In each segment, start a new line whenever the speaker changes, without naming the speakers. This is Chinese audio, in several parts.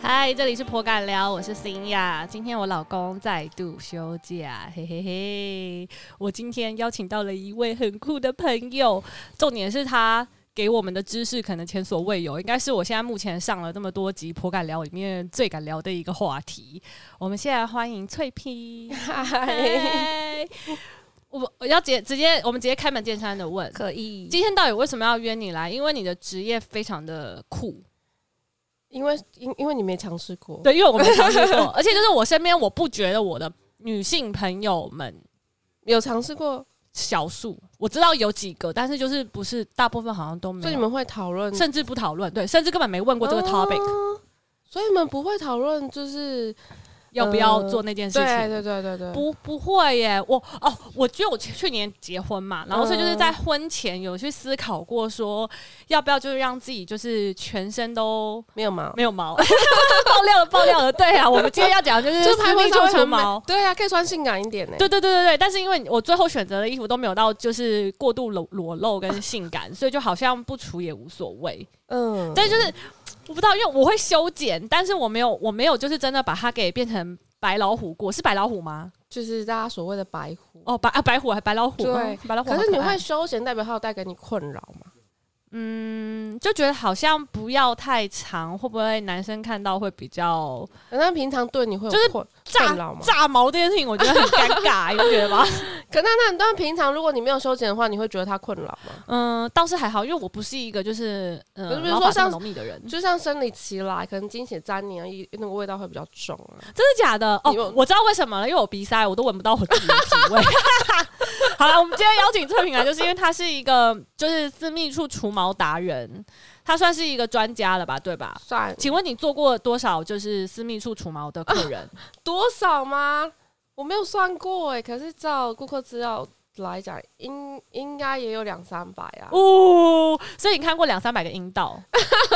嗨，这里是颇敢聊，我是新雅。今天我老公再度休假，嘿嘿嘿。我今天邀请到了一位很酷的朋友，重点是他给我们的知识可能前所未有，应该是我现在目前上了这么多集颇敢聊里面最敢聊的一个话题。我们现在欢迎翠皮，
嗨，
嗨，我我要直接直接我们直接开门见山的问，
可以，
今天到底为什么要约你来？因为你的职业非常的酷，
因为因因为你没尝试过，
对，因为我没尝试过，而且就是我身边我不觉得我的女性朋友们
有尝试过，
少数，我知道有几个，但是就是不是大部分好像都没
所以你
有，
们会讨论
甚至不讨论，对，甚至根本没问过这个 topic、
哦所以你们不会讨论就是
要不要做那件事情。
对对对对对，
不不会耶，我哦，我觉得我去去年结婚嘛，然后所以就是在
嗯
婚前有去思考过说，要不要就是让自己就是全身都
没有毛，
没有毛， 爆料了爆料了，对啊，我们今天要讲的就是
就是拍
私
婚
密
纱
处
会
除
很
毛
美，，对啊，可以穿性感一点呢，
对对对对对，但是因为我最后选择的衣服都没有到就是过度裸裸露跟性感， 所以就好像不除也无所谓。
嗯，
但就是我不知道，因为我会修剪，但是我没有我没有就是真的把它给变成白老虎过，是白老虎吗？
就是大家所谓的白狐。
哦，白啊白虎还白老虎，
对
嗯白老虎好
可
爱。
是你会休闲，代表它有带给你困扰吗？
嗯，就觉得好像不要太长，会不会男生看到会比较
可是平常对你会有
就是
困
炸
困扰吗？
炸毛这件事情？我觉得很尴 尬，你不觉得吗？
可那那那平常如果你没有休闲的话，你会觉得它困扰吗？
嗯，倒是还好，因为我不是一个就是
可
呃
是比如
毛
说
发这么
像
浓密的人，
就像生理期来，可能经血粘黏，一那个味道会比较重啊。
真的假的？
你有
哦，我知道为什么了，因为我鼻塞，我都闻不到我自己的体味。 好了，我们今天邀请翠萍来，就是因为她是一个就是私密处除毛达人，她算是一个专家了吧，对吧？
算
请问你做过多少就是私密处除毛的客 人？
多少吗？我没有算过哎、可是照顾客资料来讲，应应该也有两三百啊。
哦，所以你看过两三百个阴 道，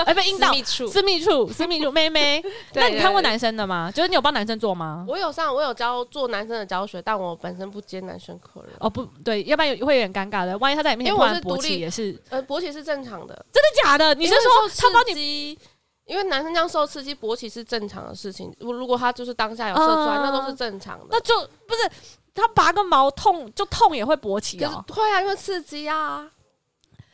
哎，不，阴道
私。密处，
私密处，私密处，妹妹，
对
那你看过？
对
男生的吗？就是你有帮男生做吗？
我有上，我有教做男生的教学，但我本身不接男生客人。
哦，不对，要不然有会有点尴尬的。万一他在你面前突
因为我
然
是
勃
独立
起，也是真
呃，勃起是正常的。
的假的？你是说他帮你
你？因为男生这样受刺激，勃起是正常的事情。如如果他就是当下有射出来，
嗯
那都是正常的
那。就不是他拔个毛痛就痛也会勃起
可
啊、
是会啊，因为刺激啊。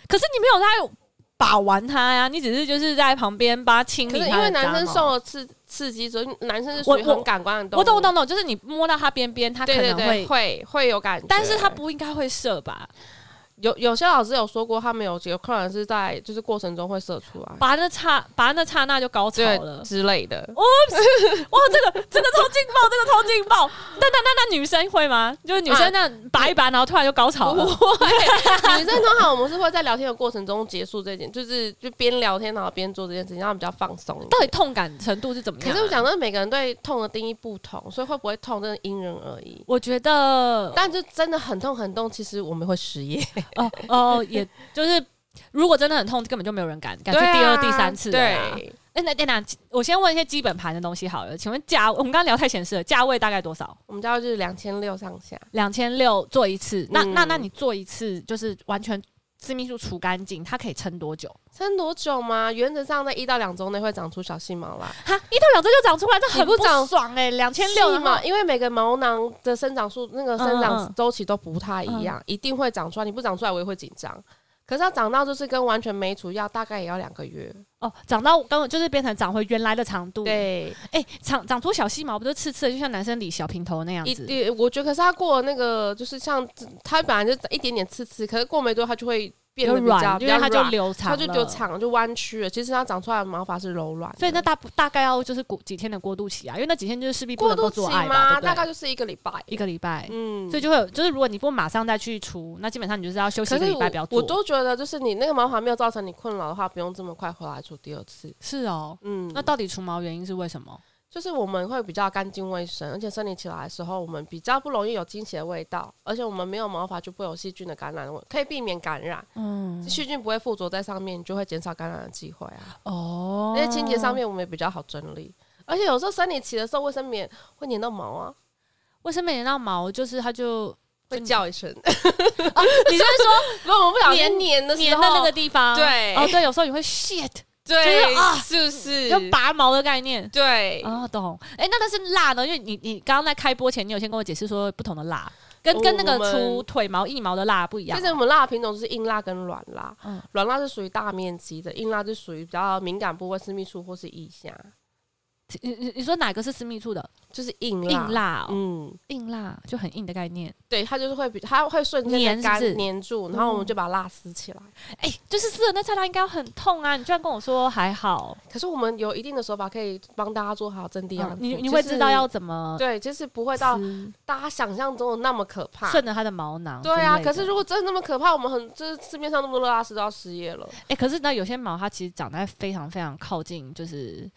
可是你没有在把玩它呀、你只是就是在旁边帮他清
可
理
是
它
因
的
为
杂毛。
男生受了刺刺激之后，男生是属于
我我
很感官的动物。
我懂我懂我懂，就是你摸到它边边，它可
对对
能会，
对，会会有感觉，
但是它不应该会射吧？
有有些老师有说过，他们有有客人是在就是过程中会射出来，
拔那刹拔那刹那就高潮
对
了。
之类的。
哇，这个这个超劲爆，这个超劲爆。那那那那女生会吗？就是女生那
啊
样拔一拔，然后突然就高潮了。
女生通常我们是会在聊天的过程中结束这件，就是就边聊天然后边做这件事情，让他们比较放松一点。
到底痛感程度是怎么样、啊
可是我，讲真的，每个人对痛的定义不同，所以会不会痛真的因人而异。
我觉得
但就真的很痛很痛，其实我们会失 业。
哦哦，也就是如果真的很痛，根本就没有人敢敢去第二、第三次的啦。
啊对，
哎，那等等，我先问一些基本盘的东西好了。请问价，我们刚刚聊太显示了，价位大概多少？
我们家就是两千六上下，
两千六做一次。那、
嗯
那那你做一次就是完全私密处除干净，它可以撑多久？
撑多久吗？原则上在一到两周内会长出小细毛啦。
哈，一到两只就长出来，这很
你不长
爽哎、两千
是
六
嘛，因为每个毛囊的生长速那个生
嗯嗯
长
嗯
周期都不太一样，一定会长出来。你不长出来，我也会紧张。可是要长到就是跟完全没除药，大概也要两个月。
哦，长到刚刚就是变成长回原来的长度。，
对，
哎、长长出小细毛不就刺刺的，就像男生理小平头那样
一
子。
定我觉得，可是它过了那个，就是像它本来就一点点刺刺，可是过没多久它就会变
就
得比较
软，
比
因为
较
它就
软，
留长
它
了，
就就长就弯曲了。其实它长出来的毛发是柔软的，
所以那大大概要就是过几天的过渡期啊，因为那几天就是势必不
过
能够
渡期
做爱吧，
嘛，
对不
大概
对？
就是一个礼拜，
一个礼拜，
嗯
所以就会有就是如果你不马上再去除，那基本上你就是要休息
可
一个
是
礼拜，不要
我
做。
我都觉得，就是你那个毛发没有造成你困扰的话，不用这么快回来除第二次。
是哦，
嗯，
那到底除毛原因是为什么？
就是我们会比较干净卫生，而且生理起来的时候，我们比较不容易有惊血的味道，而且我们没有毛发就不会有细菌的感染，可以避免感染，
嗯，
细菌不会附着在上面，你就会减少感染的机会啊。
哦
而且清洁上面我们也比较好整理，而且有时候生理期的时候，卫生棉会粘到毛啊，
卫生棉到毛就是它就
会
就
叫 一声，
你就是
如果我们不小心
粘
粘的时
粘
候
在那个地方，
对
哦对，有时候你会 shit，就是
对
啊，
是不是？
就拔毛的概念。
对，
哦，懂。哎、那但是辣呢？因为你你刚刚在开播前，你有先跟我解释说不同的辣，跟跟那个
我们
除腿毛、腋毛的辣不一样
其。实我们辣的品种就是硬辣跟软辣
嗯，
软、辣是属于大面积的，硬辣是属于比较敏感部位，私密处或是腋下，
你你你说哪个是私密处的？
就是硬辣。
硬辣、哦，
嗯，
硬辣就很硬的概念。
对，它就是会比它会瞬
黏是
间的
不是
干黏住，然后我们就把辣撕起来。
哎、就是撕的那刹那应该很痛啊！你居然跟我说还好，
可是我们有一定的手法可以帮大家做好镇定
嗯
安抚、
你你
就
会
是
知道要怎么
对，就是不会到
撕，
大家想象中的那么可怕。
顺着它的毛囊之类
对
的。
啊，可是如果真的那么可怕，我们很就是市面上那么多辣师都要失业了。
哎、可是那有些毛它其实长在非常非常靠近，就是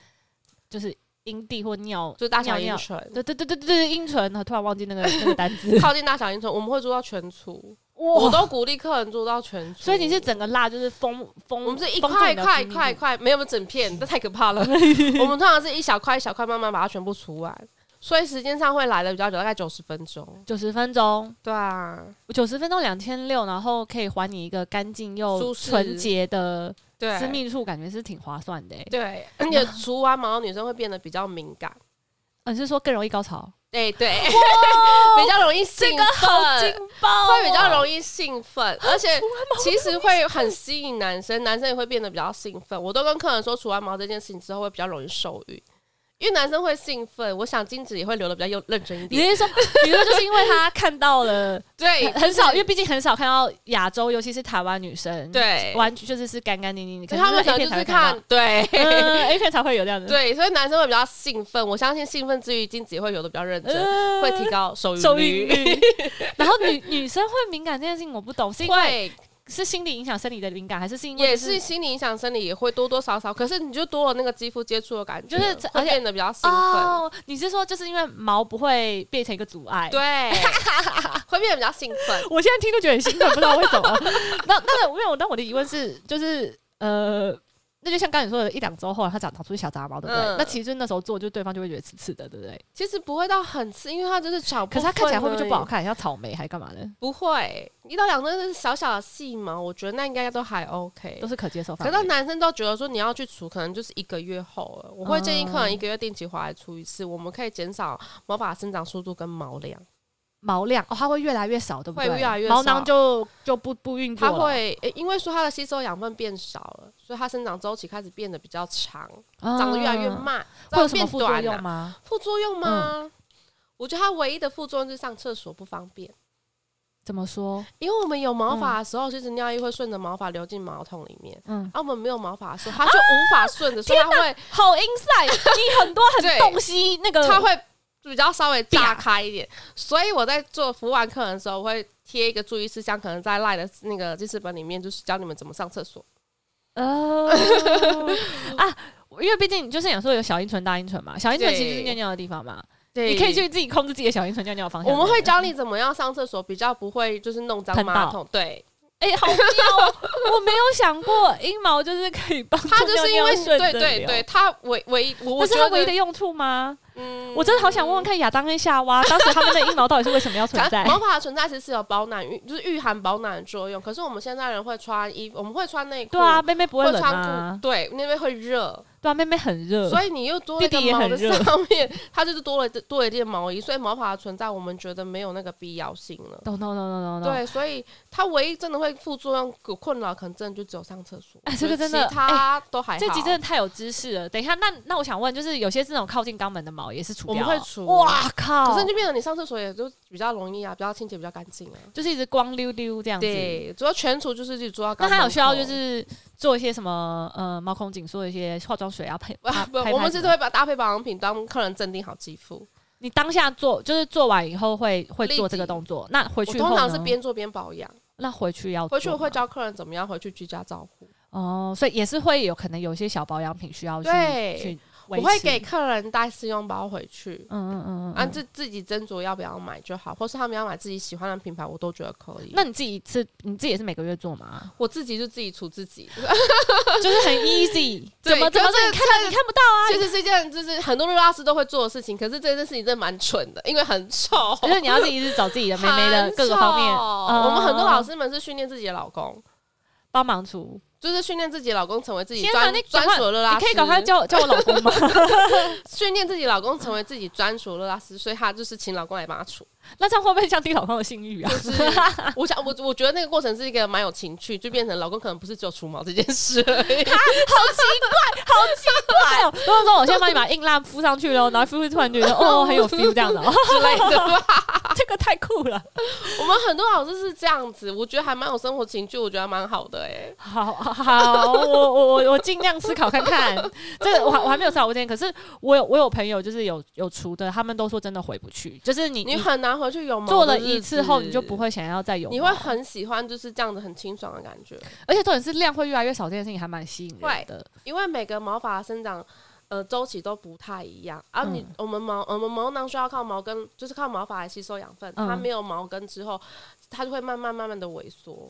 就是阴蒂或尿，
就是大小
尿
阴
尿。
唇，
对对对对对对，阴唇，我突然忘记那 个那个单词。
靠近大小阴唇，我们会做到全除，我
哇！
都鼓励客人做到全除。
所以你是整个蜡就是封封，
我们是一
封住
块
你
一
的
块一
皮
块一
肤
块，没有整片，那太可怕了。 我们通常是一小块一小块慢慢把它全部除完，所以时间上会来的比较久，大概九十分钟。
九十分钟，
对啊，
九十分钟两千六，然后可以还你一个干净又
舒适
纯洁的
对，
私密处，感觉是挺划算的、欸。
对，而且除完毛女生会变得比较 敏感，
嗯，是说更容易高潮，
对对， 比较容易兴奋，
爆哦
会比较容易兴奋，而且其实会很吸引男生，男生也会变得比较兴奋。我都跟客人说，除完毛这件事情之后会比较容易受孕，因为男生会兴奋，我想精子也会流的比较又认真一
你
点。
是说，你是说就是因为他看到了
对
很很少，因为毕竟很少看到亚洲，尤其是台湾女生，，
对，
完全就是是干干净净的，可
所以
能
他们
就是 A 片
可能就
才
是
会看
看
到，
对。
嗯，A 片才会有这样的，
对，所以男生会比较兴奋，我相信兴奋之余，精子也会游的比较认真，
嗯，
会提高受孕
受孕
率。
率。然后女女生会敏感这件事情我不懂，是因为
会
是心理影响生理的敏感，还是是因为
也
就是
心理影响生理，也会多多少少。可是你就多了那个肌肤接触的感觉，
就是这
会
而且
变得比较兴奋。
哦？你是说就是因为毛不会变成一个阻碍？。
对， 会变得比较兴奋。
我现在听都觉得很兴奋，不知道为什么。那那个，因为我但我的疑问是，就是呃，那就像刚才你说的，一两周后啊它长长出小杂毛，对不对？
嗯
那其实那时候做，就对方就会觉得刺刺的，对不对？
其实不会到很刺，因为它就是少部
可
分
是
而
它
已。
看起来会不会就不好看，像草莓还干嘛的，
不会，一到两根是小小的细毛，我觉得那应该都还 OK
都。是可接受
可
范
是到
围。
男生都觉得说你要去除，可能就是一个月后了。我会建议客
嗯
人一个月定期回来除一次，我们可以减少毛发生长速度跟毛量。
毛量哦，它会越来越少，对不对？
会越来越
毛囊
少
就就不不运作
它
了，
会、诶因为说它的吸收养分变少了，所以它生长周期开始变得比较长，长得越来越
嗯
慢，
会有
这
什么
样
副作
变短啊
用
了。
吗？
副作用吗？我觉得它唯一的副作用就是上厕所不方便，
怎么说？
因为我们有毛发的时候，其实尿液会顺着毛发流进毛桶里面。
嗯，
啊，我们没有毛发的时候，它就无法 顺着，所以它会
好 inside，你 很多很
对
洞悉那个，
它会比较稍微炸开一点。所以我在做服务完客人的时候，我会贴一个注意事项，可能在赖的那个记事本里面，就是教你们怎么上厕所。
呃啊，因为毕竟你就是想说有小阴唇、大阴唇嘛，小阴唇其实是
对
尿尿的地方嘛，
对
你可以去自己控制自己的小阴唇尿尿的方向。
我们会
对不对，
教你怎么样上厕所，比较不会就是弄脏
喷到
马桶。对，
哎、好妙哦！我没有想过阴毛就是可以 帮助
它就是因
尿
为
尿顺
对
着
对
流
对，，它唯唯一我
这
我
是
觉
它
得
唯一的用处吗？
嗯
我真的好想问问看亚当跟夏 娃，当时他们的阴毛到底是为什么要存在
可？毛发的存在其实是有保暖，就是御寒保暖的作用。可是我们现在人会穿衣服，我们会穿内裤，
对啊，，妹妹不会
会
冷
穿裤，
啊，
对，那边会热，
对啊，妹妹很热，
所以你又多了一
弟
个
弟也
毛
很
的
热
上面， 它就是多了多了一件毛衣，所以毛发的存在，我们觉得没有那个必要性了。
懂懂懂懂懂懂。
对，所以它唯一真的会副作用有困扰，可能真的就只有上厕所。
哎这个真的
其他都还好。
这集真的太有知识了。等一下，那那我想问，就是有些这种靠近肛门的毛也是除
我
掉
们
啊，
会除
哇哦靠！
可是就变成你上厕所也就比较容易啊，比较清洁，比较干净啊。
就是一直光溜溜这样子。
对，主要全除就是自己做到
那
肛门口。
他有需要就是做一些什么呃毛孔紧缩的一些化妆水啊配
不
拍
不，
拍
我们
是
是会把搭配保养品当客人镇定好肌肤。
你当下做就是做完以后会会
立
做这
即
个动作，那回
我
去
通
后
常
呢
是边做边保养，
那回去要
回去我
做
会
吗
教客人怎么样回去居家照护。
哦，所以也是会有可能有一些小保养品需要去
对
去维
我
持，
会给客人带试用包回去，
嗯嗯嗯嗯
啊，
嗯
自自己斟酌要不要买就好，或是他们要买自己喜欢的品牌，我都觉得可以。
那你自己是你自己也是每个月做 吗？
我自己就自己除自己，
就是很 easy，
对
怎么怎么
就是
你看到你看不到啊？
其实是一件就是很多热拉斯都会做的事情，可是这件事情真的蛮蠢的，因为 很丑。
就是你要自己一直找自己的妹妹的
很
各个方面。
丑
嗯
我们很多老师们是训练自己的老公，
帮忙除。
就是训练自己老公成为自己
天哪，
专
你赶
专
快
属的热
你
拉丝，
可以赶快叫我叫我老公吗？
训练自己老公成为自己专属的热拉丝，所以她就是请老公来帮她除。
那这样会不会降低老公的性欲啊？
就是我想我我觉得那个过程是一个蛮有情趣，就变成老公可能不是只有除毛这件事而 已，
哎呦，然后说我现在帮你把硬蜡敷上去喽，然后敷敷突然觉得哦很 有 feel 这样的、哦，
之类的吧。
这个太酷了，
我们很多老师是这样子，我觉得还蛮有生活情趣，我觉得还蛮 好的哎、
好好好，我我我我尽量思考看看，这个我还我还没有思考过这件，可是我有我有朋友就是有有除的，他们都说真的回不去，就是你
你
你
很难回去有毛
做了
的日
一次后
子
你就不，会想要再有毛，
你会很喜欢就是这样子很清爽的感觉，
而且重点是量会越来越少，这件事情还蛮吸引人的。
因为每个毛发的生长。呃，周期都不太一样啊你。
嗯
我们毛，我们毛囊需要靠毛根，就是靠毛发来吸收养分。它
嗯
没有毛根之后，它就会慢慢慢慢的萎缩。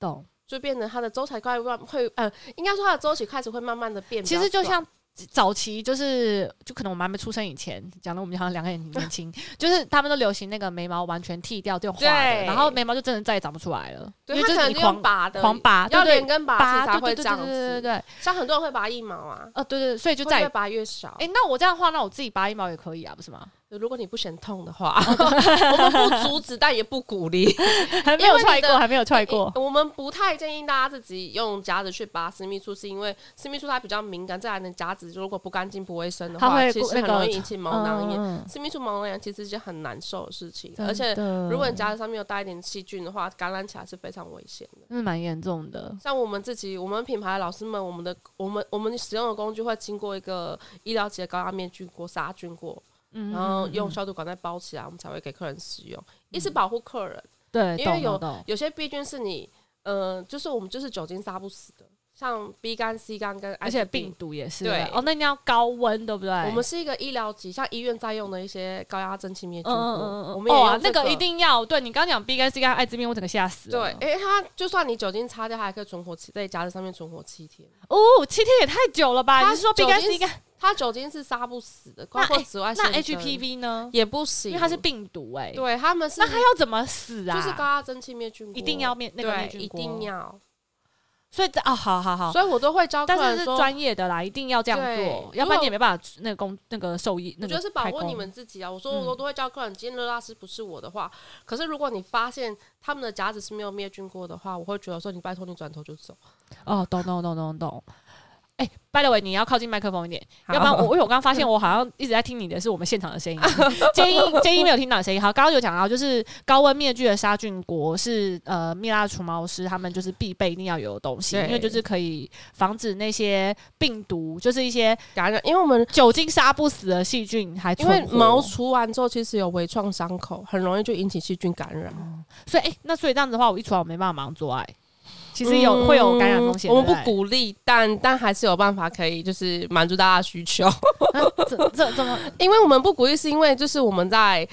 懂，
就变成它的周期快慢会，呃，应该说它的周期开始会慢慢的变比
其
较短。
实就像早期就是，就可能我们还没出生以前，讲的我们好像两个人很年轻， 就是他们都流行那个眉毛完全剃掉，用画的，
对
然后眉毛就真的再也长不出来了，
对，
因
它
为就
可
是
能
你
就用
狂
拔的，
狂拔，对
要
不对
连？根拔
拔，
起才
对
会
对
这
对
样
对对对
子。
对，
像很多人会拔腋毛啊，
呃对对，对所以就
会
再
越拔越少。
哎，那我这样的话，那我自己拔一毛也可以啊，不是 吗？
如果你不嫌痛的话， 我们不阻止，但也不鼓励。
还没有
因为
踹
你的
过，还没有踹过，
我们不太建议大家自己用夹子去拔私密处，是因为私密处它比较敏感，再来呢夹子如果不干净不卫生的
它
话，
会
其
过
实
那
很
个
容易引起毛囊炎。
炎，
私密处毛囊炎其实是一件很难受的事情，
嗯真
而且
的
如果你夹子上面有带一点细菌的话，感染起来是非常危险的。
是蛮严重的，
像我们自己，我们品牌的老师们，我们的我们我们使用的工具会经过一个医疗级的高压灭菌锅、杀菌锅，
嗯，
然后
嗯嗯
用消毒管再包起来，我们才会给客人使用，一是保护客人。
嗯对，
因为
懂懂懂
有些病菌是你，呃，就是我们就是酒精杀不死的，像 B 肝、C 肝跟
而且
ITB
病。毒也是
对
哦，那你要高温对不对？
我们是一个医疗级，像医院在用的一些高压蒸汽灭菌锅，
嗯嗯
我
嗯嗯，
们也
哦啊
用
那
这
个一定啊要，对你刚讲 B 跟 C 跟艾滋病，我整个吓死
对
了。，
因为它就算你酒精擦掉，它还可以存活七在夹子上面存活七天。
哦，七天也太久了吧？
它
你是说 B
酒精
跟 C 跟
它酒精是杀不死的，包
那
括
H-
紫外线
那
灯
HPV 呢？
也不
因
行，
为它是病毒哎，
对他们是
那它要怎么死啊？
就是高压蒸汽灭菌锅，
一定要面那个
对
灭菌
一
锅
定。要，
所以这哦，好好好，
所以我都会教客
但是
人
是
说，
专业的啦，一定要这样
对
做，
如
要不然
果
你也没办法那个工那个受益。
我
那
觉
个
得是把
开
握
工
你们自己啊。我说
嗯
我都会教客人，今天热拉丝不是我的话，可是如果你发现他们的夹子是没有灭菌锅的话，我会觉得说你拜托你转头就走，
哦，懂懂懂懂懂。哎，by the way，你要靠近麦克风一点，
好
要不然 我我有刚刚发现我好像一直在听你的是我们现场的声音，建议建 E 议没有听到的声音。好，刚刚有讲到就是高温灭菌的杀菌锅是呃蜜蜡除毛师他们就是必备一定要有的东西，
对
因为就是可以防止那些病毒，就是一些
感染，因为 我们。
酒精杀不死的细菌还
因为
存活
毛除完之后，其实有微创伤口，很容易就引起细菌感染。
所以哎、那所以这样子的话，我一除完我没办法马上做爱，其实有、会有感染风险。
嗯我们不
对对
鼓励，但但还是有办法可以就是满足大家的需求。
那这这这么
因为我们不鼓励，是因为就是我们在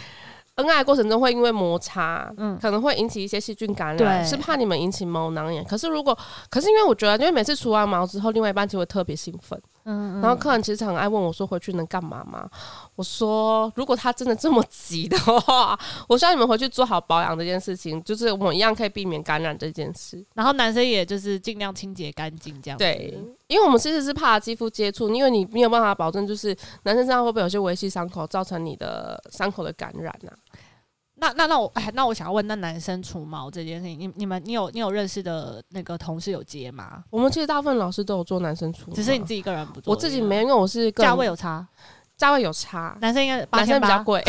恩爱的过程中会因为摩擦，
嗯
可能会引起一些细菌感染，
对
是怕你们引起毛囊炎。可是如果，可是因为我觉得，因为每次除完毛之后，另外一半就会特别兴奋，
嗯，嗯
然后客人其实很爱问我说回去能干嘛吗？我说如果他真的这么急的话，我希望你们回去做好保养这件事情，就是我们一样可以避免感染这件事。
然后男生也就是尽量清洁干净这样子。
对，因为我们其实是怕肌肤接触，因为你没有办法保证，就是男生身上会不会有些维系伤口，造成你的伤口的感染啊？
那那那我哎，那我想要问，那男生除毛这件事情，你你们你有你有认识的那个同事有接吗？
我们其实大部分老师都有做男生出，
只是你自己一个人不做，啊
我自己没，有，因为我是个人
价位有差，
价位有差，
男生应该八
男
千
生比较
八，
贵，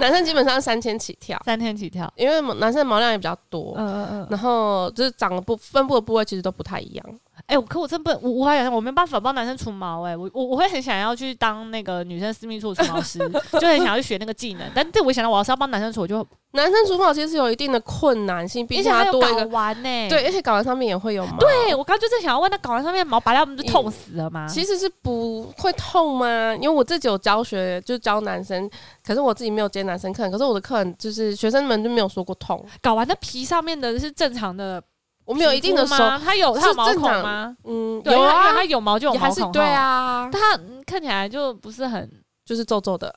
男生基本上三千起跳，
三天起跳。
因为男生的毛量也比较多，
嗯嗯嗯，
然后就是长的部分布的部位其实都不太一样。
哎、我可我真不，我无法想象，我没办法帮男生除毛、哎，我我我会很想要去当那个女生私密处除毛 师，就很想要去学那个技能，但这我想到我要是要帮男生除，我 就
男生除毛其实有一定的困难性，毕
而
竟
且还
它
有
多一
睾
个
丸呢、
对，而且睾丸上面也会有毛。
对，我刚刚就在想要问，那睾丸上面的毛拔掉，我们就痛死了吗？
其实是不会痛吗？因为我自己有教学，就教男生，可是我自己没有接男生课，可是我的客人就是学生们就没有说过痛，
睾丸的皮上面的是正常的
我们有一定的
皮肤
手，
吗？它有它有
是
毛
正
孔
常
吗？
嗯，
对
有
因为它因
啊
为，它有毛就有
也
毛
还是
孔，
对
吼，
啊，
但它嗯看起来就不是 很，
就是皱 皱的，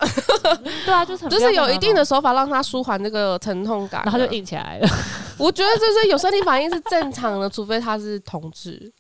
对啊，就是很
就是有一定的
不
手法让他舒缓这个疼痛感啊，
要看到毛，然后就硬起来了。
我觉得就是有生理反应是正常 的，除非他是同志。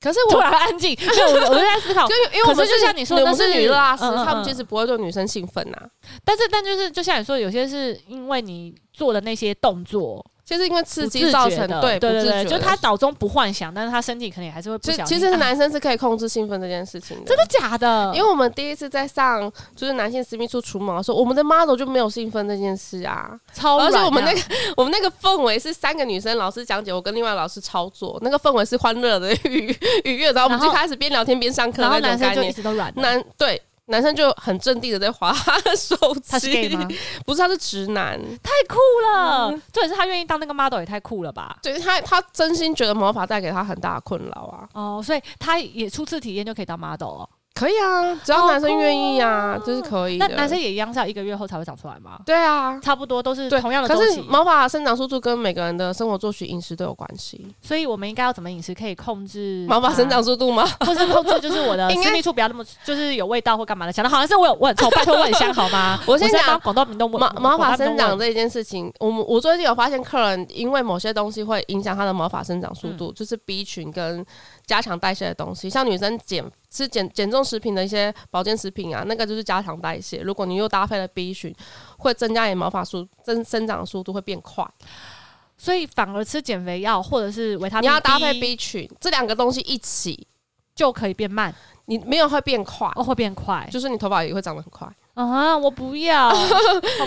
可是
突
我
然安静，没有，我我在思考
就。因为我
可
们
是就像你说
我
那
们
是
是女拉丝
嗯嗯，嗯
他们其实不会对女生兴奋啊呐。
但是，但就是，就像你说，有些是因为你做的那些动作
就是因为刺
不自
激
觉
造成
的
对
对
不
对
自
对，
觉
就
的
他脑中不幻想，但是他身体可能也还是会不
其
小心。
其实
啊
男生是可以控制兴奋这件事情的，
真的假的？
因为我们第一次在上就是男性私密处除毛的时候，我们的 model 就没有兴奋这件事啊，
超
而且
软
我们
的
那个 我们那个氛围是三个女生老师讲解，我跟另外老师操作，那个氛围是欢乐的愉 愉悦的，然后我们
然
就
后
开始边聊天边上课
然后
那
男
种
生
概
就一
念。
直都软的。
男对男生就很镇定的在划他的手机，
他是 gay 吗？
不是，他是直男，
太酷了！
嗯
重点是他愿意当那个 model 也太酷了吧？
对他他真心觉得毛发带给他很大的困扰啊。
哦，所以他也初次体验就可以当 model 哦。
可以啊，只要男生愿意啊，就是可以
那
的。
男生也一样是要一个月后才会长出来吗？
对啊，
差不多都是
对，
同样的
可
东
是
西，
毛发生长速度跟每个人的生活作息、饮食都有关系。
所以我们应该要怎么饮食可以控制
毛发
它
生长，速度吗？
或是控制就是我的
应该
私密处不要那么就是有味道或干嘛的，想的好像是我有我很臭，拜托我很香好吗？
我先
在
讲
帮广东民众问
毛毛
广
发生，
东
长
民众
这一件事情，我们我最近有发现，客人因为某些东西会影响他的毛发生长速度，
嗯
就是 B 群跟加强代谢的东西，像女生减吃减减重食品的一些保健食品啊，那个就是加强代谢。如果你又搭配了 B 群，会增加你毛发速增生长速度会变快。
所以反而吃减肥药或者是维他
你
命
要搭配
B
B 群，这两个东西一起，
就可以变慢，
你没有会变快，
哦会变快。
就是你头发也会长得很快。
啊哈，我不 要，好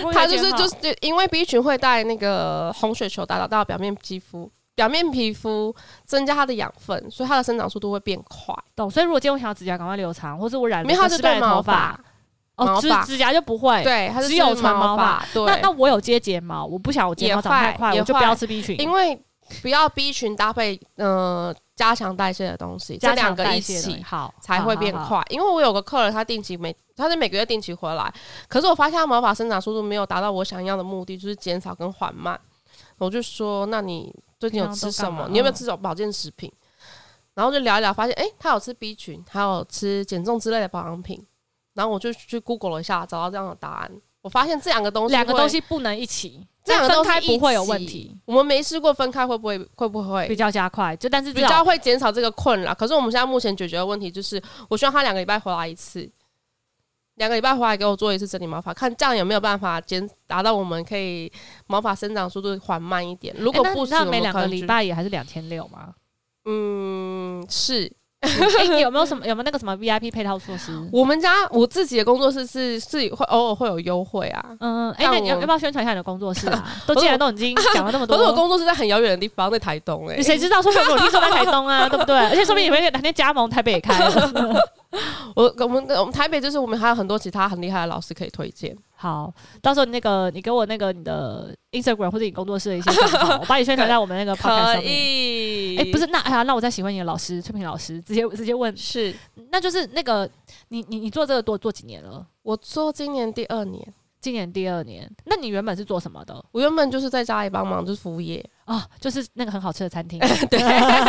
不容易
它
才
就是
剪好
就是因为 B 群会带那个红血球打扰到表面肌肤。表面皮肤增加它的养分，所以它的生长速度会变快。
懂。所以如果今天我想要指甲赶快留长，或是我染了
没有，它
一个
是
失败
对
的
毛
头发
发，，
哦
毛
指
发
指甲就不会。
对，它是
只有
吃
长毛
发。
那那
对，
我有接睫毛，我不想我睫毛长太快，
也坏
我就不要吃 B 群，
因为不要 B 群搭配呃加强代谢的东西，这
加
两
强
个
代
一
谢的
起
好
才会变。
好好好
快。因为我有个客人，他定期每他是每个月定期回来，可是我发现他毛发生长速度没有达到我想要的目的，就是减少跟缓慢。我就说，那你最近有吃什
平常都干
么
嘛？
你有没有吃什么保健食品？然后就聊一聊，发现诶，他有吃 B 群，还有吃减重之类的保养品。然后我就去 Google 了一下，找到这样的答案。我发现这两个东西，
两个东，西不能一起，
这 两个
分
东西
开不会有
一起
问题，
我们没试过分开会不会会不会
比较加快。就但是至
比
少
较会减少这个困扰。可是我们现在目前解决的问题就是，我希望他两个礼拜回来一次，两个礼拜回来给我做一次整理毛发，看这样有没有办法减达到我们可以毛发生长速度缓慢一点。如
哎
果
那
不
你知
行，
道
我
每
们
两
可
个
能
礼
就
拜也还是两千六 吗？
嗯是。
哎，你有没有什么有没有那个什么 VIP 配套措施？
我们家我自己的工作室是是会偶尔会有优惠啊，
嗯，哎，
像
那你要
我
要不要宣传一下你的工作室 啊？都既然都已经讲了那么
可
多，
是我工作室在很遥远的地方，在台东哎、
你谁知道？说不定我听说在台东 啊，对不对？而且说不定你们哪天加盟台北也开了。
我我们我们台北就是我们还有很多其他很厉害的老师可以推荐，
好，到时候你那个你给我那个你的 Instagram 或者你工作室的一些账 号，我把你宣传在我们那个 podcast 上面。
以
哎、不是，那哎呀，那我再喜欢你的老师翠萍老师，直接直接问，
是
那就是那个你你你做这个多做几年了？
我做今年第二年。
今年第二年，那你原本是做什么的
我原本就是在家里帮忙，就是服务业，
啊？就是那个很好吃的餐 厅，
对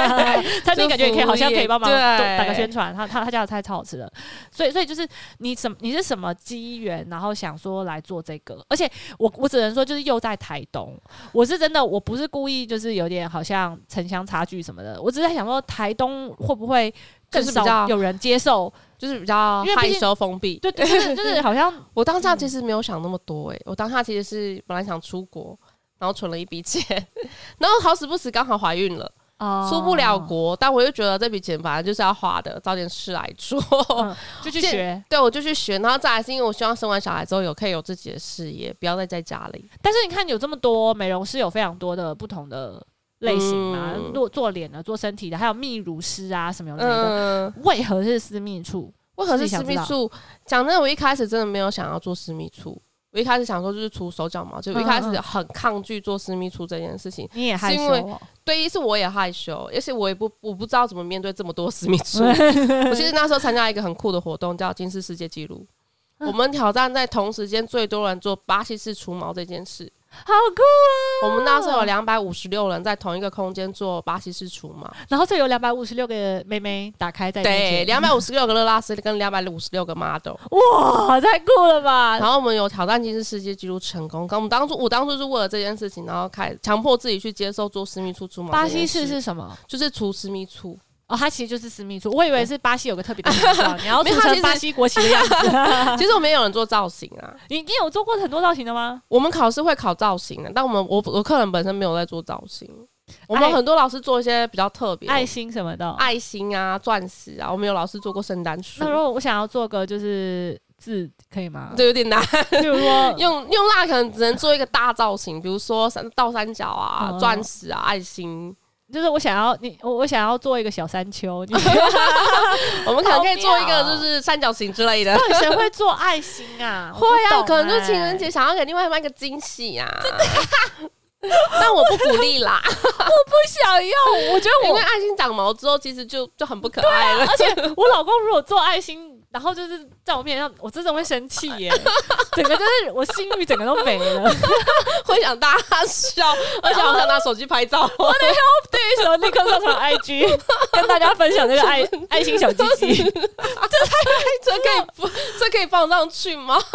餐厅感觉也可以，好像可以帮忙
对
打个宣传，他他他家的菜超好吃的，所以所以就是你什么你是什么机缘，然后想说来做这个，而且我我只能说就是又在台东，我是真的我不是故意，就是有点好像城乡差距什么的，我只是在想说台东会不会更
就是比较
少有人接受，
就是比较
因为毕
害
竟
羞封闭。
对，就是就是好 像
我当下其实没有想那么多、欸，诶，我当下其实是本来想出国，然后存了一笔钱， 然后好死不死刚好怀孕了，
哦
出不了，国，但我又觉得这笔钱反正就是要花的，找点事来做。
嗯就去
见
学。
对，我就去学，然后再来是因为我希望生完小孩之后有可以有自己的事业，不要再在家里。
但是你看，有这么多美容师，有非常多的不同的类型嘛，
嗯
做做脸啊的，做身体的，还有泌乳师啊什么有的没的。
嗯，
为何是私密处？
为何
自
是
己想
私密
知道
处？讲真的，我一开始真的没有想要做私密处，我一开始想说就是除手脚毛，就我一开
嗯嗯
始
嗯
很抗拒做私密处这件事情。
你也害羞、
是因
哦？
对，一是我也害羞，而且我也不我不知道怎么面对这么多私密 处。我其实那时候参加一个很酷的活动，叫金
嗯
氏世界纪录，我们挑战在同时间最多人做巴西式除毛这件事。
好酷哦！
我们那时候有两百五十六人在同一个空间做巴西式除毛，
然后这有两百五十六个妹妹打开在
对，
面前
两百五十六个勒拉斯跟两百五十六个 model，
哇，太酷了吧！
啊然后我们有挑战吉尼斯世界纪录成功。跟我们当初我当初是为了这件事情，然后开始强迫自己去接受做私密处除毛
巴
这
西
件事。
式是什么？
就是除私密处，
哦，它其实就是私密处。我以为是巴西有个特别的形状，你要
没
涂
有它其
成
实
巴西国旗的样子。
其实我们也有人做造型啊。
你你有做过很多造型的吗？
我们考试会考造型啊的，但我们我我个人本身没有在做造型。我们
爱
很多老师做一些比较特别的
爱心什么的。
爱心啊、钻石啊，我们有老师做过圣诞树
那，如果我想要做个就是字，可以吗？
这有点难。
比如说
用用蜡可能只能做一个大造型，比如说三倒三角啊
哦、
钻石啊、爱心。
就是我想要你，我我想要做一个小山丘。你
我们可能可以做一
好妙
个
哦
就是三角形之类的。
到底谁会做爱心 啊？
会啊，
我不懂
可能就
哎
是情人节想要给另外一半一个惊 喜啊。 但我不鼓励啦，
不想要。我觉得
因
我
为爱心长毛之后，其实就就很不可爱了。
而且我老公如果做爱心，然后就是在我面前，我真的会生气耶，整个就是我性欲整个都没了。
会想大笑，而且好想拿手机 拍照。
对于什么立刻上传 IG 跟大家分享这个爱爱心小鸡鸡，
这可以不？这可以放上去吗？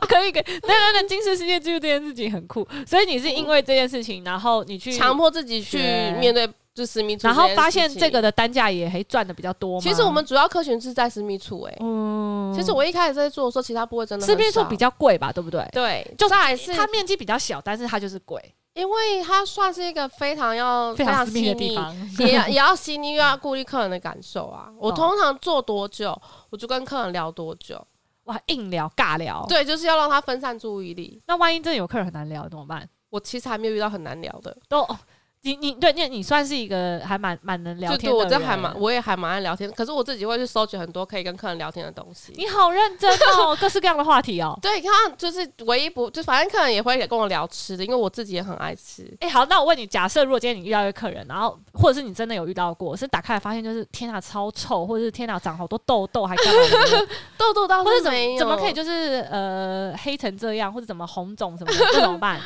可以给那那那金氏世界纪录这件事情很酷，所以你是因为这件事情，然后你去
强迫自己去
学
面对就私密处，
然后发现这个。的单价也还赚的比较多吗。
其实我们主要客群是在私密处、欸，
嗯
其实我一开始在做的时候，其他部位真的
私
很
密处
少
比较贵吧，对不对？
对，
就
再来是
它面积比较小，但是它就是贵，
因为它算是一个非常要
非常私
细
密的
腻
地方。
也要也要细腻，又要顾虑客人的感受啊。我
哦
通常做多久，我就跟客人聊多久，
哇，硬聊尬聊。
对，就是要让他分散注意力。
那万一真的有客人很难聊怎么办？
我其实还没有遇到很难聊的，
都，哦你你对，你你算是一个还蛮蛮能聊
就
天
对
的人。
我这还蛮，我也还蛮爱聊天，可是我自己会去收集很多可以跟客人聊天的东西。
你好认真哦， 各式各样的话题哦。
对，看到就是唯一不就反正客人也会跟我聊吃的，因为我自己也很爱吃。
哎、好，那我问你，假设如果今天你遇到一个客人，然后或者是你真的有遇到过，是打开来发现就是天哪超臭，或者是天哪长好多痘痘，还干嘛的
豆豆倒
或者
是
怎
没
么
有，
怎么可以就是呃黑成这样，或者怎么红肿什么的，这怎么办？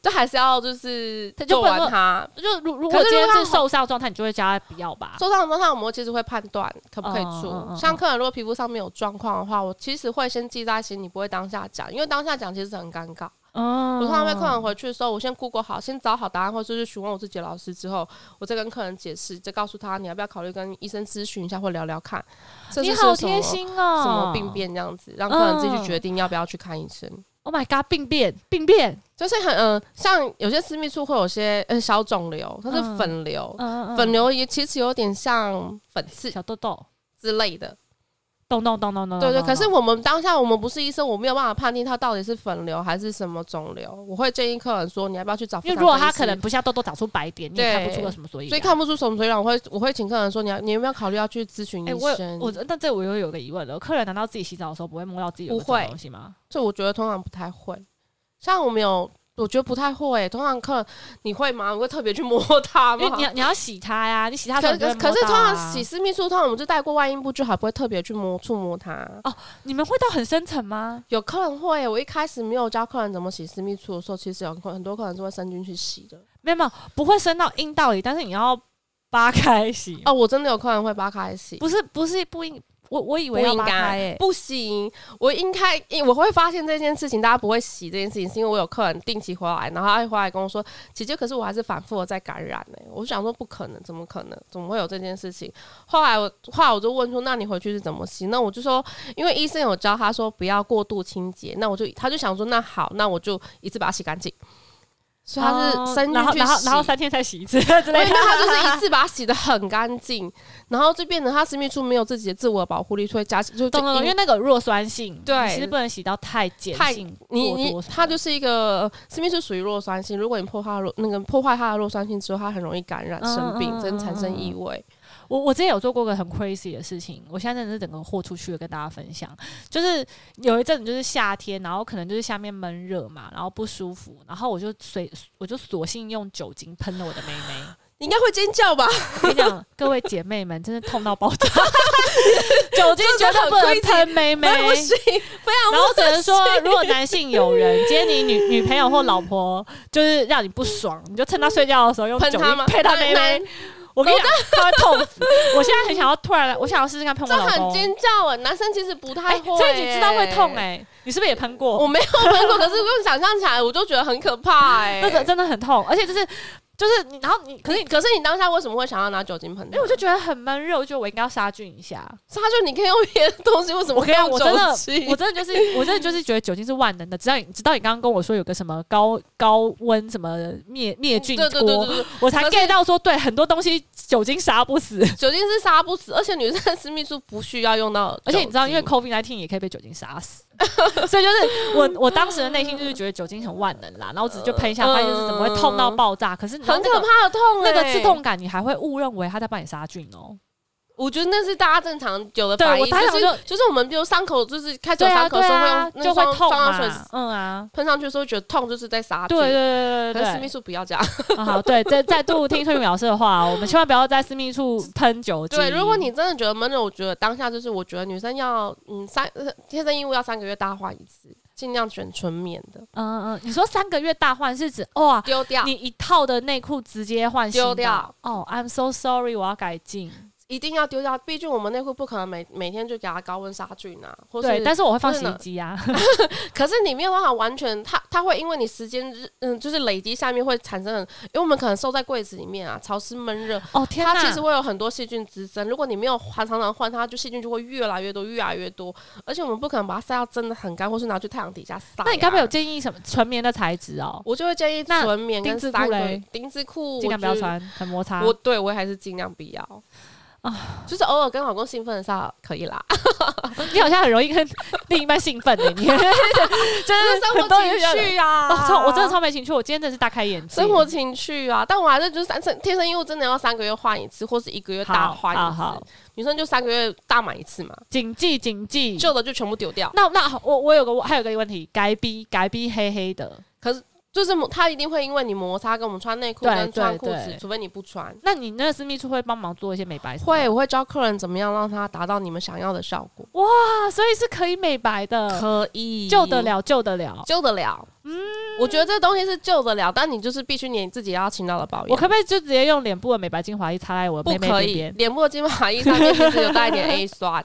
就还是要就是
他就
做
不能
完它。
就如如
可
果
是
今
如
天
果
是
他
受伤状态，你就会叫他不要吧？
做上桌上，我们其实会判断可不可以
嗯
做。
嗯嗯嗯
像客人如果皮肤上面有状况的话，我其实会先记在心里，不会当下讲，因为当下讲其实很尴尬。
嗯
我通常会客人回去的时候，我先 Google 好，先找好答案，或者是询问我自己的老师之后，我再跟客人解释，再告诉他你要不要考虑跟医生咨询一下或聊聊看，这
你
是
好
是什
贴
么
心哦，
什么病变这样子，让客人自己去决定要不要去看医生。
？Oh my god，病变病变，
就是很嗯、呃像有些私密处会有些呃小肿瘤，它是粉瘤，
嗯嗯
粉瘤也其实有点像粉刺
小痘痘，
之类的。
咚咚咚咚咚咚咚。
对对，可
咚
是我们当下我们不是医生，我没有办法判定它到底是粉瘤还是什么肿瘤。我会建议客人说，你要不要去找妇
因
产
为
科医师？
如果他可能不像痘痘长出白点，你也
对
看不出个什么所以然。啊
所以看不出什么所以然，我会我会请客人说，你要你有没有考虑要去咨询
哎、
医
我
生？
有我那这我又有个疑问了，客人难道自己洗澡的时候不会摸到自己有个
不会
这种东西吗？
这我觉得通常不太会，像我们有。我觉得不太会、通常客人你会吗？你会特别去摸它
因为
吗
你？要你要洗它呀、你洗它的时候
可
你就会
可
摸
可是
到
通
啊
常洗私密处，通常我们就带过外阴部，就还不会特别去摸触摸它。
你们会到很深层吗？
有客人会，我一开始没有教客人怎么洗私密处的时候，其实有很多客人是会伸进去洗的。
没有没有，不会深到阴道里，但是你要扒开洗。
哦，我真的有客人会扒开洗，
不是不是不应，我我以
不
为要
应
扒开
该
诶、，
不行。我应该，因我会发现这件事情，大家不会洗这件事情，是因为我有客人定期回来，然后他会回来跟我说：“姐姐，可是我还是反复的在感染呢、我就想说，不可能，怎么可能？怎么会有这件事情？后来我后来我就问说：“那你回去是怎么洗？”那我就说，因为医生有教他说不要过度清洁，那我就他就想说：“那好，那我就一次把它洗干净。”所以他
哦
是伸进去洗、
然后然后然后三天才洗一次 之类
对，
的。
那他就是一次把它洗的很干净，然后就变成他私密处没有自己的自我保护力，所以加就
懂懂懂，因为那个有弱酸性，
对
你其实不能洗到太碱
太
性过多
你
什
你
么的，
它就是一个呃私密处属于弱酸性，如果你破坏弱那个破坏它的弱酸性之后，它很容易感染
嗯
生病
嗯，
真
嗯
产
嗯
生
嗯
异味。
我我之前有做过个很 crazy 的事情，我现在真的是整个豁出去了，跟大家分享。就是有一阵子就是夏天，然后可能就是下面闷热嘛，然后不舒服，然后我就随我就索性用酒精喷了我的妹妹，
你应该会尖叫吧？
我跟你讲，各位姐妹们，真的痛到爆炸， 酒精绝对不能喷妹妹。
不行，非
嗯
常
然后只能说，如果男性友人，今天你女女朋友或老婆就是让你不爽，你就趁她睡觉的时候用
喷
酒
他
精
吗？
配她妹
男
妹。我跟你讲，她会痛死。我现在很想要突然来，我想要试试看喷
这
我老
很
公。
尖叫啊！男生其实不太
哎，
会、
所以你知道会痛
哎、
哎、你是不是也喷过？
我没有喷过，可是我想象起来，我就觉得很可怕哎、
那个真的很痛，而且就是就是你，然后你，可
可
是
是可是你当下为什么会想要拿酒精喷它？
因为我就觉得很闷热，我觉得我应该要杀菌一下。
他就你可以用别的东西，为什么
我跟你讲，我真
要用酒
的，我
精？
真的就是，我真的就是觉得酒精是万能的。直到你，直到你刚刚跟我说有个什么高高温什么灭灭菌
哦对对对
锅，
对对，
我才
可是
get 到说，对，很多东西酒精杀不死，
酒精是杀不死，而且女生的私密处不需要用到酒精，
而且你知道，因为 COVID 1 9也可以被酒精杀死，所以就是我我当时的内心就是觉得酒精很万能啦，然后我只是就喷一下，
嗯
发现就是怎么会痛到爆炸，可是你知道
很
那
可
个
怕的痛、欸，
那个刺痛感，你还会误认为它在帮你杀菌哦。
我觉得那是大家正常有的
对
反应，
我当
就
时
是就是我们比如伤口就是开始
对
有
啊
伤口
对
的时候会
啊
用，那
就会
双
痛
双氧水
嘛，嗯啊，
喷上去的时候觉得痛，就是在杀菌。
对对对
可
对
是私密
对
处不要这样。
对，啊好，对，再再度听翠玉老师的话，哦我们千万不要在私密处喷酒精。
对，如果你真的觉得闷热，我觉得当下就是，我觉得女生要嗯三呃贴身衣物要三个月大换一次，尽量选纯棉的，
嗯嗯，嗯你说三个月大换是指哇，
丢掉
你一套的内裤直接换新的
丢掉
哦，I'm so sorry，我要改进。
一定要丢掉，毕竟我们内裤不可能每每天就给它高温杀菌啊，或是
对，但是我会放
或是
洗衣
呢
机 啊。
可是你没有办法完全，它它会因为你时间日嗯就是累积下面会产生很，因为我们可能收在柜子里面啊，潮湿闷热，
哦天
它
哪！
其实会有很多细菌滋生，如果你没有还常常换它，就细菌就会越来越多，越来越多，而且我们不可能把它晒到真的很干，或是拿去太阳底下晒啊、
那你该不会有建议什么纯棉的材质哦？
我就会建议
那
纯棉跟
丁字裤
三个
嘞
丁字裤，
尽量
我
不要
觉得。
穿，很摩擦。
我对我还是尽量不要啊，就是偶尔跟老公兴奋一下可以啦。
你好像很容易跟另一半兴奋 的，你真
就是
的
生
很多
活
人
情
就觉得
趣啊，
哦，超我真的超没情趣，我今天真的是大开眼界。
生活情趣啊，但我还是就是三天生衣物真的要三个月换一次，或是一个月大
好
换
好
一次。
好，
女生就三个月大买一次嘛，
谨记谨记。
旧的就全部丢掉。
那那好我我有个我还有个问题，改逼改逼黑黑的，
就是摩它一定会因为你摩擦跟我们穿内裤
对
跟穿
对
裤子
对，
除非你不穿。
那你那个私密处会帮忙做一些美白什么的？
会，我会教客人怎么样让它达到你们想要的效果。
啊，所以是可以美白的，
可
嗯
以
救得了，救得了。
救得了。嗯，我觉得这东西是救得了，但你就是必须你自己要勤劳的保养。
我可不可以就直接用脸部的美白精华液擦在我
不
妹妹这
可以？
边？
脸部的精华液上面其实有带一点 A 酸，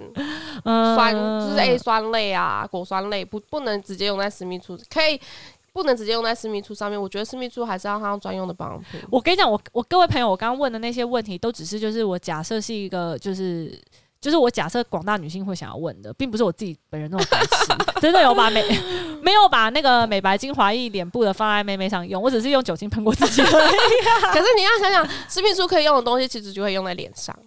嗯
酸就是 A 酸类啊，果酸类不不能直接用在私密处，可以不能直接用在私密处上面。我觉得私密处还是要它用专用的保养品。
我跟你讲，我我各位朋友，我刚刚问的那些问题，都只是就是我假设是一个就是。就是我假设广大女性会想要问的，并不是我自己本人那种白 痴，真的有把美没有把那个美白精华液脸部的放在妹妹上用，我只是用酒精喷过自己而已。
可是你要想想，私密处可以用的东西，其实就会用在脸上。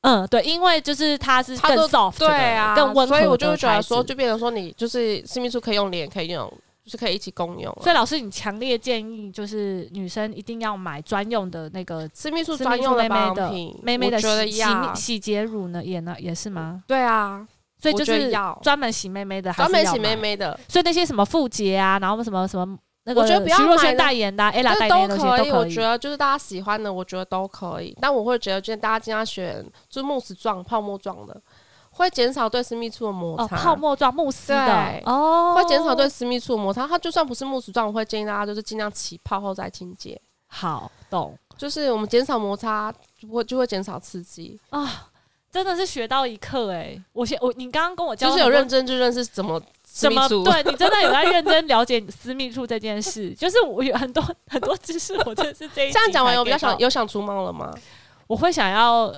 嗯，对，因为就是它是
它
更
都
soft 的
对啊，
更温和
所
的
以我就会觉得说，
材质
就变成说你就是私密处可以用脸，可以用，就是可以一起共用啊。
所以老师，你强烈建议就是女生一定要买专用的那个
私密处
私
专
密
用
处妹
的保
妹
养
的
品，
妹妹的
我觉得啊
洗洗
要，
洗洁乳呢，也呢也是吗？
对啊，
所以就
我觉得
是
要
专门洗妹妹的，还
专
是要
门洗妹
买。
妹的，
所以那些什么富洁啊，然后什么什么那个
我觉得不要
徐若
买
瑄
的
代言的、啊、ella 代
这
言的那
可
些
以。
都
我
可以哦
觉。得就是大家喜欢的，我觉得都可以。但我会觉得，建议大家尽量选就是慕斯状、泡沫状的，会减少对私密处的摩
哦，
擦。
泡沫状慕斯的
对
哦，
会减少对私密处的摩擦，它就算不是慕斯状，我会建议大家就是尽量起泡后再清洁，
好懂
就是我们减少摩擦，就会就会减少刺激，
啊，真的是学到一课哎、我先我你刚刚跟我教
就是
很
有
多
认真就认识怎么私
怎
密
么
处。
对你真的有在认真了解私密处这件事？就是我有很多很多知识，我真的是这一
这样
集
讲完，
才
有比较
get 到
想有想除毛了吗？
我会想要，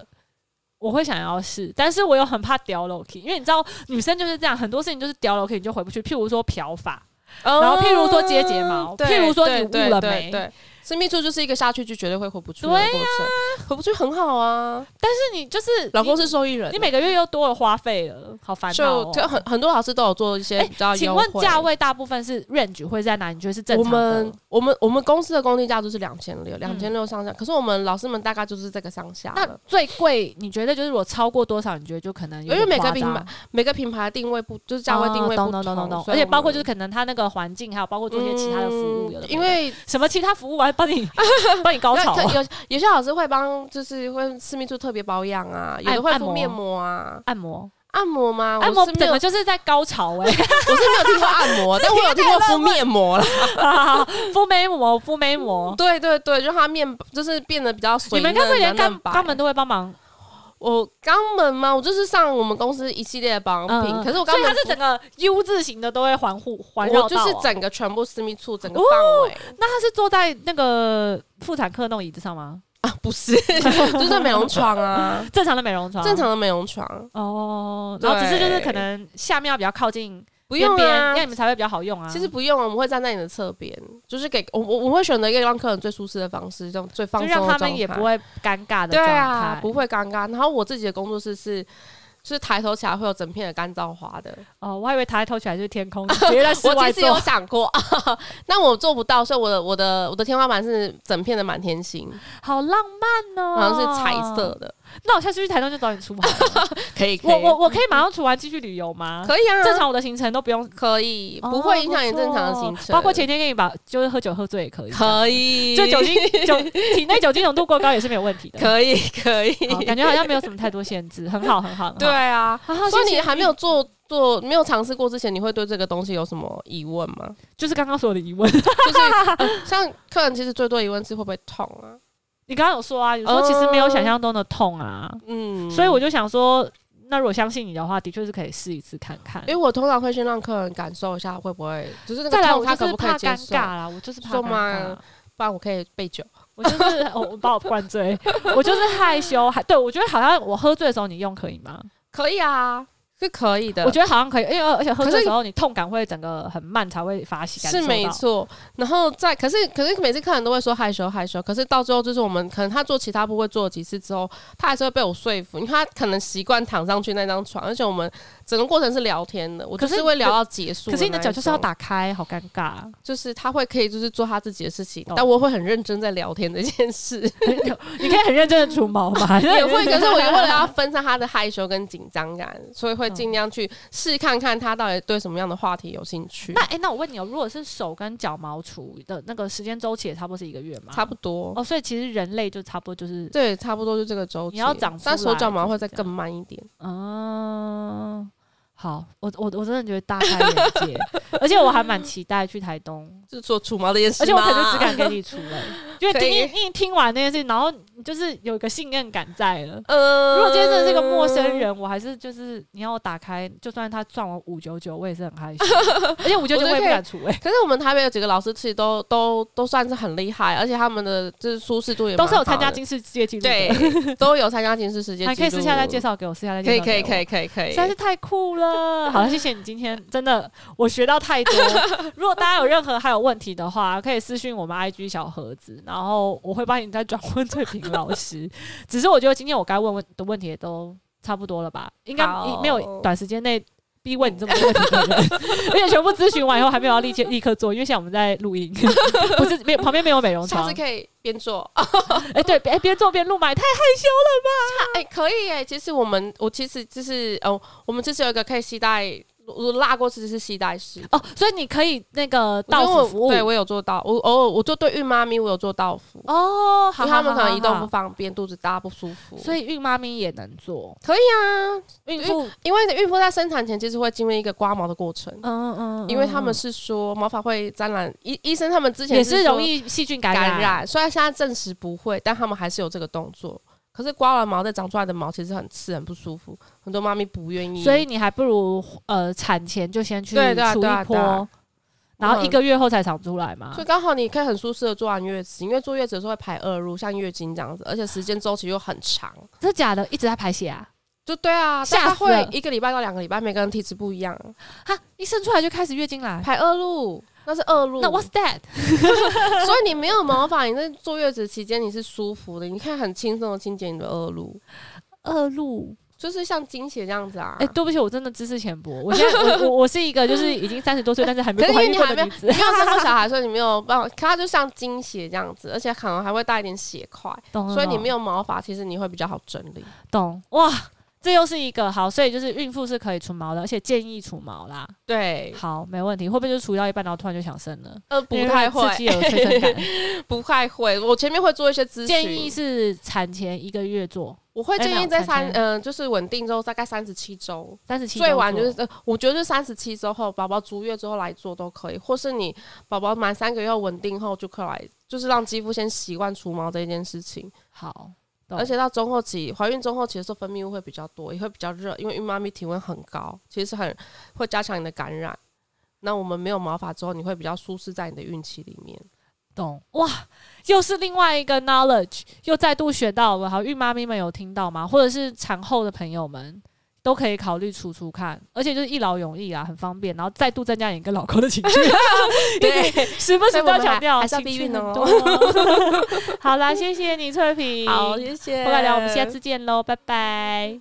我会想要试，但是我又很怕掉 l o k 因为你知道女生就是这样，很多事情就是掉 l o k 你就回不去。譬如说漂发，
然
哦后譬如说接睫毛譬如说你
嗯对
悟了
对
没
对对私密处就是一个下去就绝对会回不去的过
对啊
程，回不去很好啊。
但是你就是
老公
你
是受益人，
你每个月又多了花费了，好烦恼、
就
哦。
就很很多老师都有做一些
哎
比较
请
优
问
惠。
价位大部分是 range 会在哪？你觉得是正
我
常的嗯
们？我们我们公司的工地价就是两千六，两千六上下。可是我们老师们大概就是这个上下
那
了。
最贵你觉得就是我超过多少？你觉得就可能有
因为
点
每个
夸
品
张
牌每个品牌的定位不就是价位定位
哦懂懂
不
懂懂
同
懂，
所
而
以
且
我
包括
们
就是可能它那个环境，还有包括做一些其他的服务，
嗯
有的没的
因为
什么其他服务我还帮你帮你高
那
潮啊、
可有有些老师会帮，就是会私密处特别保养啊，有的会敷面膜啊，
按摩，
按摩吗？
按摩
啊我是没
怎
有，
么
我
就是在高潮 哎、
是没有 听过按摩，但我有听过敷面膜啦。
欸，敷眉膜，敷眉膜。
对对对，让它面就是变得比较水
你
嫩
们该不会连
比较
肛
嫩白
肛门都会帮忙？
我肛门吗？我就是上我们公司一系列的保养品，可是我
嗯所
肛
以
门
它是整个 U 字形的都会环护环绕
我就
到
是
哦
整个全部私密处整个
哦
范围、
那他是坐在那个妇产科那种椅子上吗？
啊，不是， 就是美容 床啊，
正常的美容床，
正常的美容床，
哦。然后只是就是
对
可能下面要比较靠近
不
不
用
边，
啊
那、。你们才会比较好用啊。
其实不用啊，我们会站在你的侧边，就是给我我我会选择一个让客人最舒适的方式，这种最放
就
松的
让
状态，
他们也不会尴尬的
对
状态，
啊，不会尴尬。然后我自己的工作室是。就是抬头起来会有整片的干燥花的，
哦，我还以为抬头起来就是天空，直接在室
我
外
其实有
做。
想过， 但我做不到，所以我的我的我的天花板是整片的满天星，
好浪漫哦，
好像是彩色。的，
那我下次去台东就找你出牌。
可以，可以
我我我可以嗯马上出完继续旅游吗？
可以啊，
正常我的行程都不用，
可以，
哦
不会影响你正常的行
不
程，
错包括前天给你把就是喝酒喝醉也可以，
可 以，
就酒精酒体内酒精浓度过高也是没有问题的。
可以可以，
好感觉好像没有什么太多限制，很好，很好。很好
对，啊，
啊
所以
谢
你
谢
还没有做做没有尝试过之前，你会对这个东西有什么疑问吗？
就是刚刚所有的疑问。
就是呃像客人其实最多疑问是会不会痛啊？
你刚刚有说啊，你说其实没有想象中的痛啊，
嗯，
所以我就想说，那如果相信你的话，的确是可以试一次看看
因。为我通常会先让客人感受一下会不会，就是那
再
个
来，
痛
我
他
就
可
是
不可以
怕
接
尴
受
尬，啦，我就是怕
说
尴
嘛
尬啦，
不然我可以备酒。
我就是哦我我把我灌醉， 我就是害羞，还对我觉得好像我喝醉的时候你用可以吗？
可以啊，是可以的
我。觉得好像可以，因为而且喝醉
可
的
是
时候你痛感会整个很慢才会发起，感
是
受
没
到。
错，然后再可是可是每次客人都会说害羞害羞，可是到最后就是我们可能他做其他部位做了几次之后，他还是会被我说服，因为他可能习惯躺上去那张床，而且我们整个过程是聊天的，我就
可是
是会聊到结束。
可是你的脚就是要，打开，好尴尬。
就是他会可以就是做他自己的事情，
懂
但我会很认真在聊天这 件事，
你可以很认真的除毛嘛？
也会，可是我也为了要分散他的害羞跟紧张感，所以会尽量去试看看他到底对什么样的话题有兴趣
那。哎、那我问你哦，如果是手跟脚毛除的那个时间周期，也差不多是一个月吗？
差
不
不多，
哦，所以其实人类就差不多就是，
对，差不多就这个周期。
你要长出
但手
来
脚毛
就是
会再
这
更
样
慢一点。
嗯，好，我我我真的觉得大开眼界， 而且我还蛮期待去台东，
就是做除毛这件事吗，
而且我可能只 敢给你除 了，因为
可以
听一一听完那件事，然后你就是有一个信任感在了。
呃
如果今天真的是个陌生，人，我还是就是你要我打开，就算他算我五九九，我也是很害 羞，而且五九九我也不敢除、哎，
可是我们台北有几个老师，其实都都都算是很厉害，而且他们的就是舒适度也
都
蛮好
是
的
有参加金世界纪录的，
对， 都有参加金氏世界纪录，
还可以私下再介绍给我，私下再
可
介
以，
绍
可
给
以可
我
以可以可以可以，
实在是太酷了。好了，谢谢你今天真的，我学到太 多。如果大家有任何还有问题的话，可以私信我们 IG 小盒子，然后我会帮你再转问翠萍老师。 只是我觉得今天我该问问的问题也都差不多了吧，应该
好
没有短时间内。逼问你这么多问题的人，而且全部咨询完以后还没有要立即立刻做，因为现在我们在录 音，不是没有旁边没有美容
下
床
次。可以边做啊，
哎、对，哎、边做边录嘛，也太
哎、可以哎、其实我们我其实就是哦，我们其实有一个可以系带，我我拉过其实是系带式。
哦，所以你可以那个到
因为我
府服务，
对我有做到，我偶尔我就对孕妈咪我有做到服，
哦，
因
好，
为他们
好
可能移动
好
不方便，肚子大不舒服，
所以孕妈咪也能做，
可以啊，
孕妇，
因为孕妇在生产前其实会经历一个刮毛的过程，
嗯嗯
因为他们是说毛发会沾染医医生他们之前
也是
说
容易细菌感
感染，虽然现在证实不会，但他们还是有这个动作。可是刮完毛再长出来的毛其实很刺很不舒服，很多妈咪不愿意。
所以你还不如呃产前就先去
对对啊
除
对啊
一
对啊
波，然后一个月后才长出来嘛
所。以刚好你可以很舒适的做完月子，因为坐月子的时候会排恶露，像月经这样子，而且时间周期又很长。
真的假的？一直在排血啊？
就对啊，
吓
大概
死了
会一个礼拜到两个礼拜，每个人体质不一样，
哈，一生出来就开始月经来？
排恶露哎那是恶露。
那 What's that？
所以你没有毛发，你在坐月子期间你是舒服的，你看很轻松的清洁你的恶露，
恶露？
就是像经血这样子啊。
哎，对不起，我真的知识浅薄。我现 在我我我是一个就是已经三十多岁，但是还没
可是因
怀
为
孕
你
过
还没
的
有
女
你
子
没有，生过小孩，所以你没有办法，可它就像经血这样子，而且可能还会带一点血块，
懂？
所以你没
有
有毛发，其实你会比较好整理。
懂哇？这又是一个好，所以就是孕妇是可以除毛的，而且建议除毛啦。
对，
好，没问题。会不会就是除到一半，然后突然就想生了？
呃，不太
因为自己
会，
有催生 感。
不太会。我前面会做一些咨询，
建议是产前一个月做，
我会建
哎
议
那
在
我
三
猜猜
嗯、就是稳定之后大概三十七周，
三十七
最晚就是呃我觉得三十七周后，宝宝足月之后来做都可以，或是你宝宝满三个月后稳定后就可以来，就是让肌肤先习惯除毛这件事情。
好，懂
而且到中后期，怀孕中后期的时候分泌物会比较多，也会比较热，因为孕妈咪体温很高，其实很会加强你的感染。那我们没有毛发之后，你会比较舒适在你的孕期里 面。
懂哇，又是另外一个 knowledge，又再度学到了。好，孕妈咪们有听到吗？或者是产后的朋友们都可以考虑除除看，而且就是一劳永逸啊，很方便。然后再度增加你跟老公的情 趣，
对，
时不时都要强调
还是要
情
避
趣
孕
很
哦
多。 好啦，谢谢你翠萍，
好，谢谢，
不来聊，我们下次见喽，拜拜。